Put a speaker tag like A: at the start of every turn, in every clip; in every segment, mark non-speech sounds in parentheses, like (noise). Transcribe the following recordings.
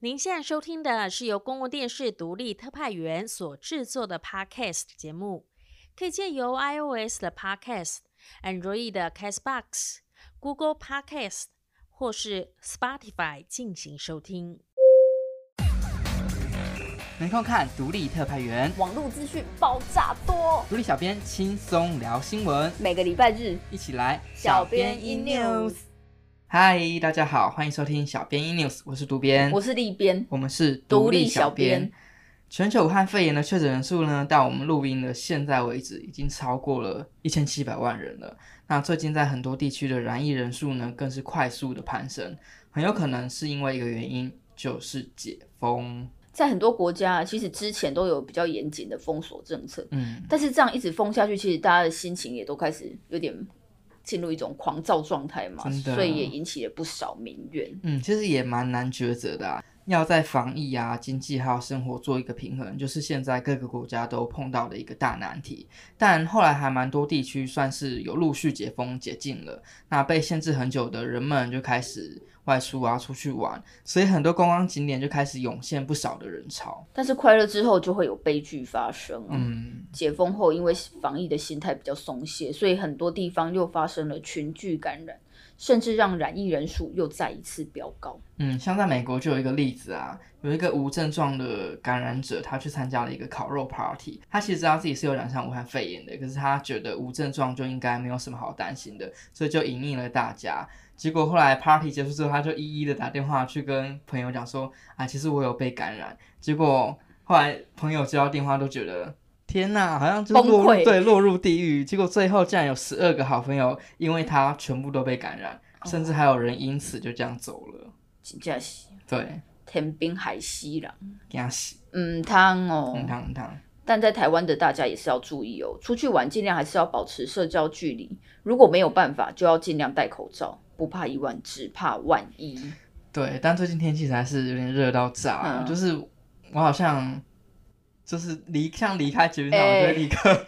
A: 您现在收听的是由公共电视独立特派员所制作的 Podcast 节目，可以借由 iOS 的 Podcast、Android 的 Castbox、Google Podcast 或是 Spotify 进行收听。
B: 没空看独立特派员，
C: 网络资讯爆炸多，
B: 独立小编轻松聊新闻，
C: 每个礼拜日，
B: 一起来
C: 小编 in news。
B: 嗨，大家好，欢迎收听小编 in news，我是渡边，
C: 我是立边，
B: 我们是
C: 独立
B: 小
C: 小编。
B: 全球武汉肺炎的确诊人数呢，到我们录音的现在为止，已经超过了一千七百万人了。那最近在很多地区的染疫人数呢，更是快速的攀升，很有可能是因为一个原因，就是解封。
C: 在很多国家，其实之前都有比较严谨的封锁政策，
B: 嗯，
C: 但是这样一直封下去，其实大家的心情也都开始有点进入一种狂躁状态嘛，
B: 真的
C: 所以也引起了不少民怨。
B: 嗯，其实也蛮难抉择的、啊，要在防疫啊、经济还有生活做一个平衡，就是现在各个国家都碰到的一个大难题。但后来还蛮多地区算是有陆续解封解禁了，那被限制很久的人们就开始外出啊、出去玩，所以很多观光景点就开始涌现不少的人潮。
C: 但是快乐之后就会有悲剧发生、啊。
B: 嗯，
C: 解封后，因为防疫的心态比较松懈，所以很多地方又发生了群聚感染，甚至让染疫人数又再一次飙高。
B: 嗯，像在美国就有一个例子啊，有一个无症状的感染者，他去参加了一个烤肉 party，他其实知道自己是有染上武汉肺炎的，可是他觉得无症状就应该没有什么好担心的，所以就隐匿了大家。结果后来 party 结束之后，他就一一的打电话去跟朋友讲说，啊，其实我有被感染。结果后来朋友接到电话都觉得。天呐，好像就是落
C: 崩
B: 入
C: 溃
B: 对落入地狱，结果最后竟然有十二个好朋友，因为他全部都被感染，甚至还有人因此就这样走了。
C: 真正是
B: 对，
C: 天兵海西啦，
B: 给他洗，
C: 嗯汤哦，
B: 嗯汤嗯汤，
C: 但在台湾的大家也是要注意哦，出去玩尽量还是要保持社交距离，如果没有办法，就要尽量戴口罩，不怕一万，只怕万一。
B: 对，但最近天气实在是有点热到炸，
C: 嗯
B: 就是我好像就是离像离开捷运站，
C: 哎
B: 我就会立刻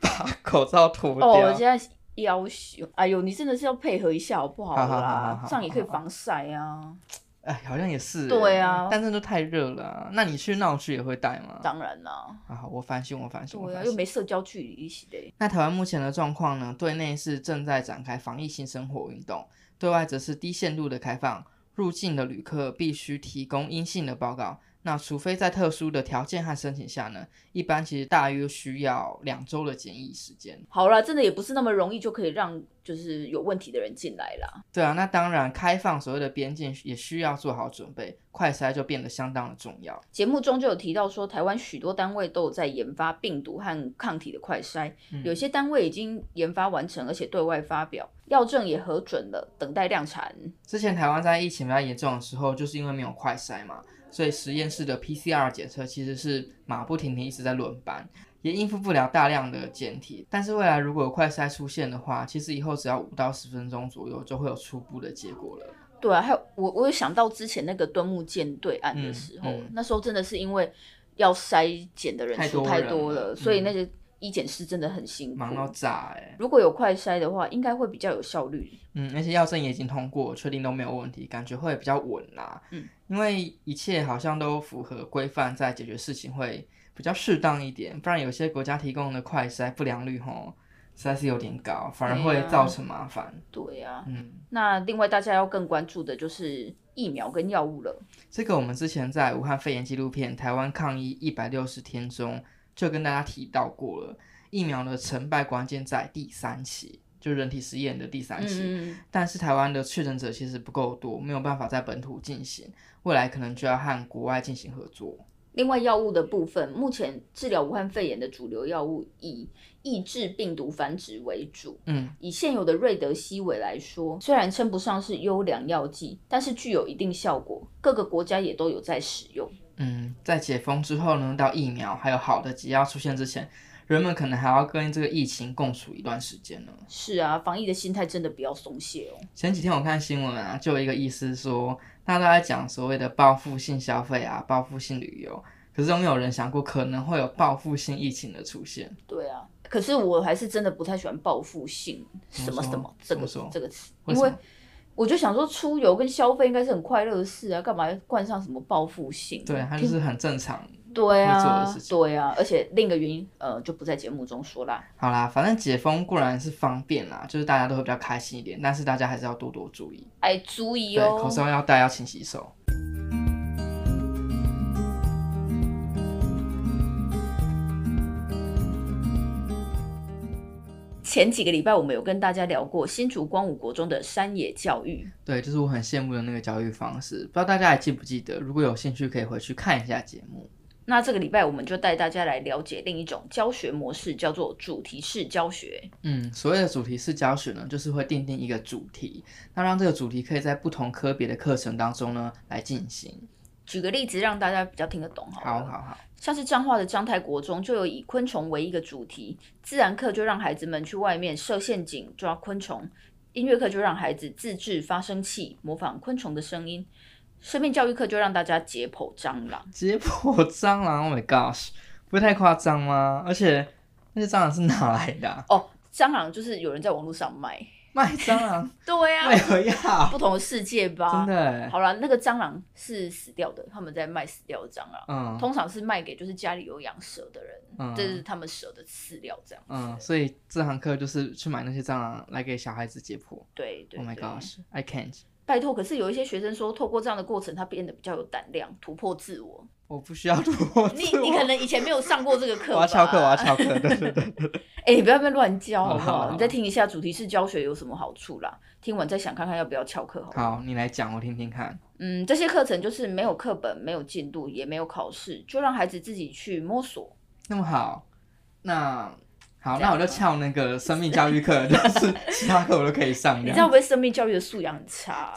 B: 把口罩脱掉。
C: 哦，我现在要求，哎呦，你真的是要配合一下好不好啦？
B: 好好好好好
C: 这样也可以防晒啊，
B: 哎，好像也是。
C: 对啊
B: 但真的太热了啊、那你去闹区也会戴吗？
C: 当然啦，
B: 啊，好，我反省，我反省，我
C: 对啊，
B: 反
C: 又
B: 省。
C: 没社交距离一起的。
B: 那台湾目前的状况呢？对内是正在展开防疫新生活运动，对外则是低限度的开放，入境的旅客必须提供阴性的报告。那除非在特殊的条件和申请下呢，一般其实大约需要两周的检疫时间。
C: 好啦，真的也不是那么容易就可以让就是有问题的人进来啦。
B: 对啊，那当然，开放所谓的边境也需要做好准备，快筛就变得相当的重要。
C: 节目中就有提到说，台湾许多单位都有在研发病毒和抗体的快筛，
B: 嗯
C: 有些单位已经研发完成，而且对外发表，药证也核准了，等待量产。
B: 之前台湾在疫情比较严重的时候，就是因为没有快筛嘛，所以实验室的 PCR 检测其实是马不停蹄一直在轮班，也应付不了大量的检体。但是未来如果有快筛出现的话，其实以后只要五到十分钟左右就会有初步的结果了。
C: 对啊，还有我我有想到之前那个敦睦舰对岸的时候，
B: 嗯嗯
C: 那时候真的是因为要筛检的人数
B: 太
C: 太
B: 多
C: 多
B: 人了
C: 了，
B: 嗯
C: 所以那些医检师真的很辛苦。
B: 忙到炸哎、
C: 如果有快筛的话，应该会比较有效率。
B: 嗯，而且药证也已经通过，确定都没有问题，感觉会比较稳啦。
C: 嗯，
B: 因为一切好像都符合规范，在解决事情会比较适当一点，不然有些国家提供的快筛不良率吼，实在是有点高，反而
C: 对
B: 会
C: 啊
B: 造成麻烦。
C: 对啊，
B: 嗯，
C: 那另外大家要更关注的就是疫苗跟药物了。
B: 这个我们之前在武汉肺炎纪录片《台湾抗疫一百六十天》中就跟大家提到过了，疫苗的成败关键在第三期，就人体实验的第三期。
C: 嗯，
B: 但是台湾的确诊者其实不够多，没有办法在本土进行，未来可能就要和国外进行合作。
C: 另外，药物的部分，目前治疗武汉肺炎的主流药物以抑制病毒繁殖为主。
B: 嗯，
C: 以现有的瑞德西韦来说，虽然称不上是优良药剂，但是具有一定效果，各个国家也都有在使用。
B: 嗯，在解封之后呢，到疫苗还有好的解药出现之前，人们可能还要跟这个疫情共处一段时间呢。
C: 是啊，防疫的心态真的不要松懈哦。
B: 前几天我看新闻啊，就有一个医师说，大家都在讲所谓的报复性消费啊，报复性旅游，可是都没有人想过可能会有报复性疫情的出现。
C: 对啊，可是我还是真的不太喜欢报复性
B: 怎
C: 什
B: 么
C: 么
B: 说
C: 什么这
B: 怎么
C: 个
B: 说
C: 这个词，
B: 为
C: 因
B: 什
C: 为
B: 么
C: 我就想说，出游跟消费应该是很快乐的事啊，干嘛要冠上什么报复性？啊
B: 对，它就是很正常。
C: 对
B: 会做的
C: 啊
B: 事，情
C: 对啊，而且另一个原因，呃，就不在节目中说啦。
B: 好啦，反正解封固然是方便啦，就是大家都会比较开心一点，但是大家还是要多多注意，
C: 哎，注意
B: 对，
C: 哦，
B: 口罩要戴，要勤洗手。
C: 前几个礼拜我们有跟大家聊过新竹光武国中的山野教育，
B: 对，就是我很羡慕的那个教育方式，不知道大家还记不记得？如果有兴趣，可以回去看一下节目。
C: 那这个礼拜我们就带大家来了解另一种教学模式，叫做主题式教学。
B: 嗯，所谓的主题式教学呢，就是会定定一个主题，那让这个主题可以在不同科别的课程当中呢来进行。
C: 举个例子让大家比较听得懂好了
B: 好好好，
C: 像是彰化的彰泰国中就有以昆虫为一个主题，自然课就让孩子们去外面设陷阱抓昆虫，音乐课就让孩子自制发声器模仿昆虫的声音，生命教育课就让大家解剖蟑螂。
B: 解剖蟑螂，Oh my gosh，不会太夸张吗？而且那些蟑螂是哪来的啊、
C: 哦，蟑螂就是有人在网络上卖，
B: 卖蟑螂
C: 对
B: 为
C: 啊，
B: 何要？
C: 不同的世界吧。
B: 真的欸，
C: 好了，那个蟑螂是死掉的，他们在卖死掉的蟑螂，
B: 嗯
C: 通常是卖给就是家里有养蛇的人，
B: 嗯
C: 这是他们蛇的饲料这样子。
B: 嗯，所以这堂课就是去买那些蟑螂来给小孩子解剖。
C: 对对
B: Oh my
C: 对
B: gosh，I can't，
C: 拜托，可是有一些学生说，透过这样的过程，他变得比较有胆量，突破自我。
B: 我不需要 (laughs) 突破
C: 你
B: 自
C: 你
B: 我
C: 可能以前没有上过这个课吧，
B: 我要翘课，我要翘课，对对
C: (laughs)
B: 对，
C: 哎、你不要被乱教好不
B: 好好
C: 好？
B: 好
C: 你再听一下主题式教学有什么好处啦。听完再想看看要不要翘课好了。
B: 好，你来讲，我听听看。
C: 嗯，这些课程就是没有课本，没有进度，也没有考试，就让孩子自己去摸索。
B: 那么好，那好，那
C: 这样
B: 我就
C: 吗
B: 翘那个生命教育课，但是 (laughs) 其他课我都可以上
C: 你
B: 这
C: 知道
B: 样。
C: 会不会生命教育的素养很差？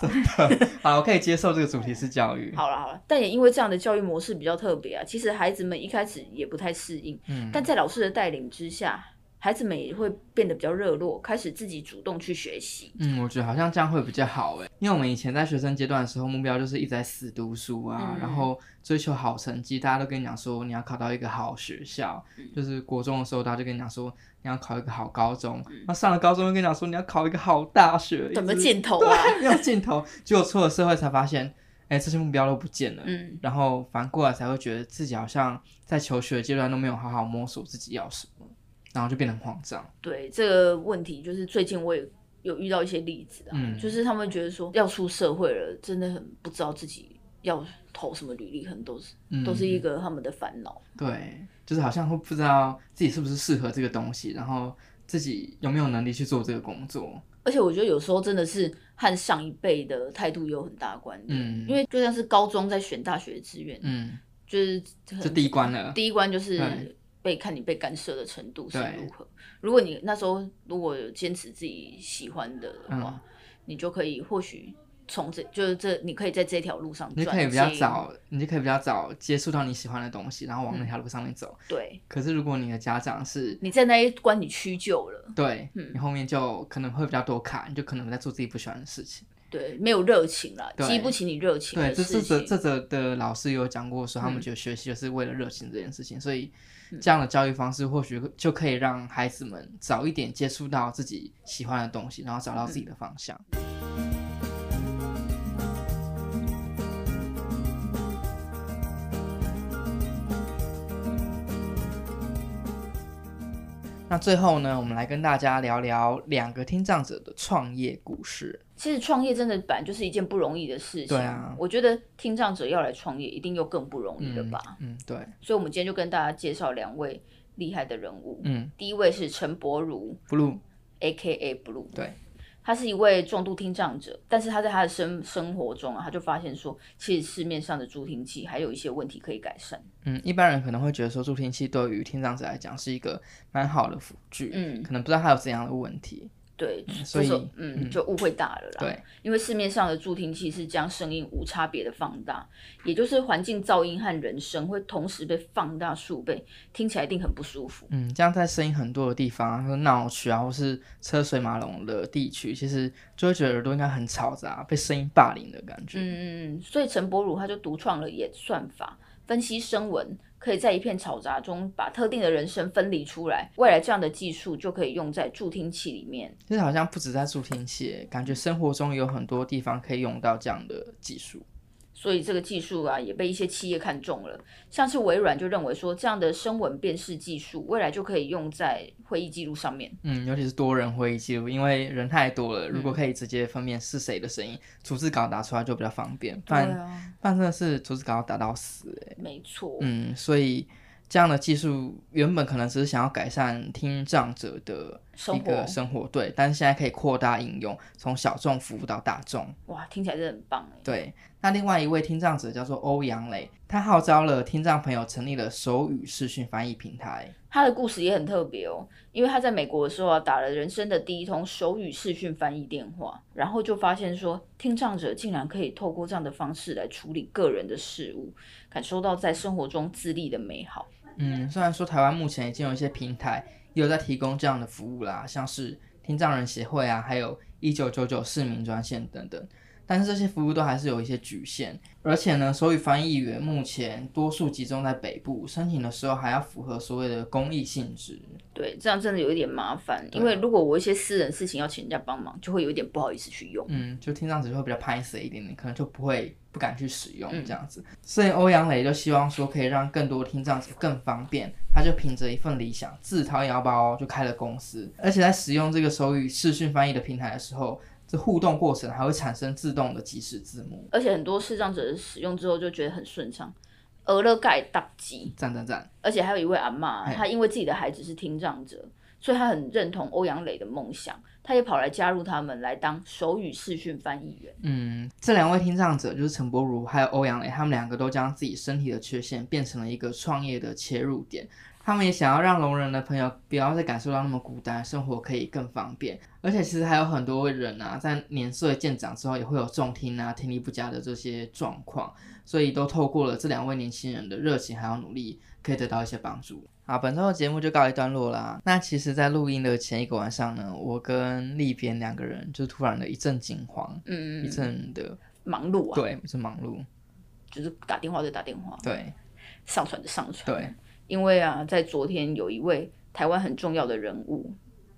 B: 好，我可以接受这个主题是教育。
C: 好了好了，但也因为这样的教育模式比较特别啊，其实孩子们一开始也不太适应，
B: 嗯，
C: 但在老师的带领之下，孩子们也会变得比较热络，开始自己主动去学习。
B: 嗯，我觉得好像这样会比较好诶，因为我们以前在学生阶段的时候，目标就是一直在死读书啊，
C: 嗯
B: 然后追求好成绩。大家都跟你讲说你要考到一个好学校，
C: 嗯
B: 就是国中的时候，大家就跟你讲说你要考一个好高中，那上了高中又跟你讲说你要考一个好大学，
C: 嗯怎
B: 一
C: 么
B: 直
C: 尽头啊？
B: 没有尽头。结果出了社会才发现，哎、这些目标都不见了。
C: 嗯，
B: 然后反过来才会觉得自己好像在求学阶段都没有好好摸索自己要什么，然后就变得很慌张。
C: 对这个问题，就是最近我也有遇到一些例子啊，
B: 嗯
C: 就是他们觉得说要出社会了，真的很不知道自己要投什么履历，很都是
B: 嗯，
C: 都是一个他们的烦恼。
B: 对，就是好像会不知道自己是不是适合这个东西，然后自己有没有能力去做这个工作。
C: 而且我觉得有时候真的是和上一辈的态度有很大关联，
B: 嗯
C: 因为就像是高中在选大学的志愿，
B: 嗯，
C: 就是
B: 这
C: 很
B: 第一关了。
C: 第一关就
B: 对
C: 是被看你被干涉的程度是
B: 对
C: 如何。如果你那时候如果有坚持自己喜欢的
B: 嗯
C: 话，你就可以或许从这就是这你可以在这条路上
B: 你就
C: 转
B: 可以比较
C: 进
B: 早，你就可以比较早接触到你喜欢的东西，然后往
C: 嗯
B: 那条路上面走。
C: 对。
B: 可是如果你的家长是
C: 你在那一关你屈就了，
B: 对，
C: 嗯
B: 你后面就可能会比较多卡，你就可能在做自己不喜欢的事情。
C: 对，没有热情啦，
B: 对
C: 激不起你热情
B: 对，
C: 的
B: 这这
C: 事
B: 则
C: 情。
B: 这则的老师有讲过说，他们
C: 嗯
B: 觉得学习就是为了热情这件事情，所以这样的教育方式或许就可以让孩子们早一点接触到自己喜欢的东西，然后找到自
C: 嗯
B: 己的方向。那最后呢，我们来跟大家聊聊两个听障者的创业故事。
C: 其实创业真的本来就是一件不容易的事情。
B: 对啊
C: 我觉得听障者要来创业，一定又更不容易了吧？
B: 嗯，嗯，对，
C: 所以，我们今天就跟大家介绍两位厉害的人物。
B: 嗯
C: 第一位是陈柏如，
B: ，blue，
C: A.K.A. Blue。
B: 对，
C: 他是一位重度听障者，但是他在他的生生活中啊，他就发现说，其实市面上的助听器还有一些问题可以改善。
B: 嗯，一般人可能会觉得说助听器对于听障者来讲是一个蛮好的辅具，
C: 嗯，
B: 可能不知道它有怎样的问题。
C: 对，
B: 所以
C: 这时候嗯，
B: 嗯
C: 就误会大了啦。
B: 对，
C: 因为市面上的助听器是将声音无差别的放大，也就是环境噪音和人声会同时被放大数倍，听起来一定很不舒服。
B: 嗯，这样在声音很多的地方啊，像是闹区啊，或是车水马龙的地区，其实就会觉得耳朵应该很啊嘈杂，被声音霸凌的感觉。
C: 嗯嗯，所以陈柏儒他就独创了演算法，分析声纹，可以在一片嘈杂中把特定的人声分离出来。未来这样的技术就可以用在助听器里面。
B: 其实好像不止在助听器，感觉生活中有很多地方可以用到这样的技术。
C: 所以这个技术啊，也被一些企业看中了。像是微软就认为说，这样的声纹辨识技术未来就可以用在会议记录上面。
B: 嗯，尤其是多人会议记录，因为人太多了，
C: 嗯
B: 如果可以直接分辨是谁的声音，逐字稿打出来就比较方便。不然
C: 啊，
B: 不然真的是逐字稿要打到死、欸。
C: 没错。
B: 嗯，所以这样的技术原本可能只是想要改善听障者的一
C: 生活
B: 个生活，对，但是现在可以扩大应用，从小众服务到大众。
C: 哇，听起来真的很棒哎。
B: 对，那另外一位听障者叫做欧阳磊，他号召了听障朋友成立了手语视讯翻译平台。
C: 他的故事也很特别哦，因为他在美国的时候啊，打了人生的第一通手语视讯翻译电话，然后就发现说，听障者竟然可以透过这样的方式来处理个人的事物，感受到在生活中自立的美好。
B: 嗯，虽然说台湾目前已经有一些平台也有在提供这样的服务啦，像是听障人协会啊，还有一九九九市民专线等等，但是这些服务都还是有一些局限，而且呢，手语翻译员目前多数集中在北部，申请的时候还要符合所谓的公益性质。
C: 对，这样真的有一点麻烦，
B: 对啊
C: 因为如果我一些私人事情要请人家帮忙，就会有一点不好意思去用。
B: 嗯，就听障者会比较拍死一点点，可能就不会不敢去使用这样子。所以欧阳磊就希望说可以让更多听障者更方便，他就凭着一份理想，自掏腰包就开了公司，而且在使用这个手语视讯翻译的平台的时候，这互动过程还会产生自动的即时字幕。
C: 而且很多视障者使用之后就觉得很顺畅，俄勒盖大吉。
B: 赞赞赞！
C: 而且还有一位阿妈，
B: 嘿
C: 她因为自己的孩子是听障者，所以她很认同欧阳磊的梦想，她也跑来加入他们，来当手语视讯翻译员。
B: 嗯，这两位听障者就是陈柏如还有欧阳磊，他们两个都将自己身体的缺陷变成了一个创业的切入点。他们也想要让聋人的朋友不要再感受到那么孤单，生活可以更方便。而且其实还有很多人啊，在年岁渐长之后也会有重听啊、听力不佳的这些状况，所以都透过了这两位年轻人的热情还有努力，可以得到一些帮助。好，本周的节目就告一段落啦。那其实，在录音的前一个晚上呢，我跟丽边两个人就突然的一阵惊慌，
C: 嗯
B: 一，阵的，
C: 忙碌啊，，
B: 对，是忙碌，
C: 就是打电话就打电话，
B: 对
C: 上传就上传。
B: 对，
C: 因为啊，在昨天有一位台湾很重要的人物，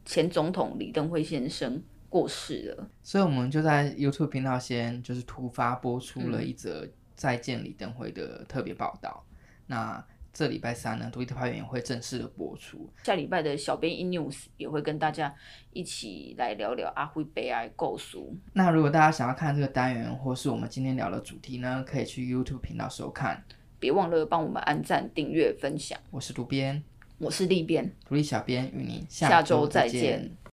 C: 前总统李登辉先生过世了。
B: 所以我们就在 YouTube 频道先就是突发播出了
C: 嗯
B: 一则再见李登辉的特别报道。那这礼拜三呢，独立特派员也会正式的播出。
C: 下礼拜的小编 In News 也会跟大家一起来聊聊阿辉悲哀构诉。
B: 那如果大家想要看这个单元，或是我们今天聊的主题呢，可以去 YouTube 频道收看。
C: 别忘了帮我们按赞、订阅、分享。
B: 我是独编，
C: 我是立边。
B: 独立小编，与您
C: 下周
B: 周
C: 再
B: 见
C: 见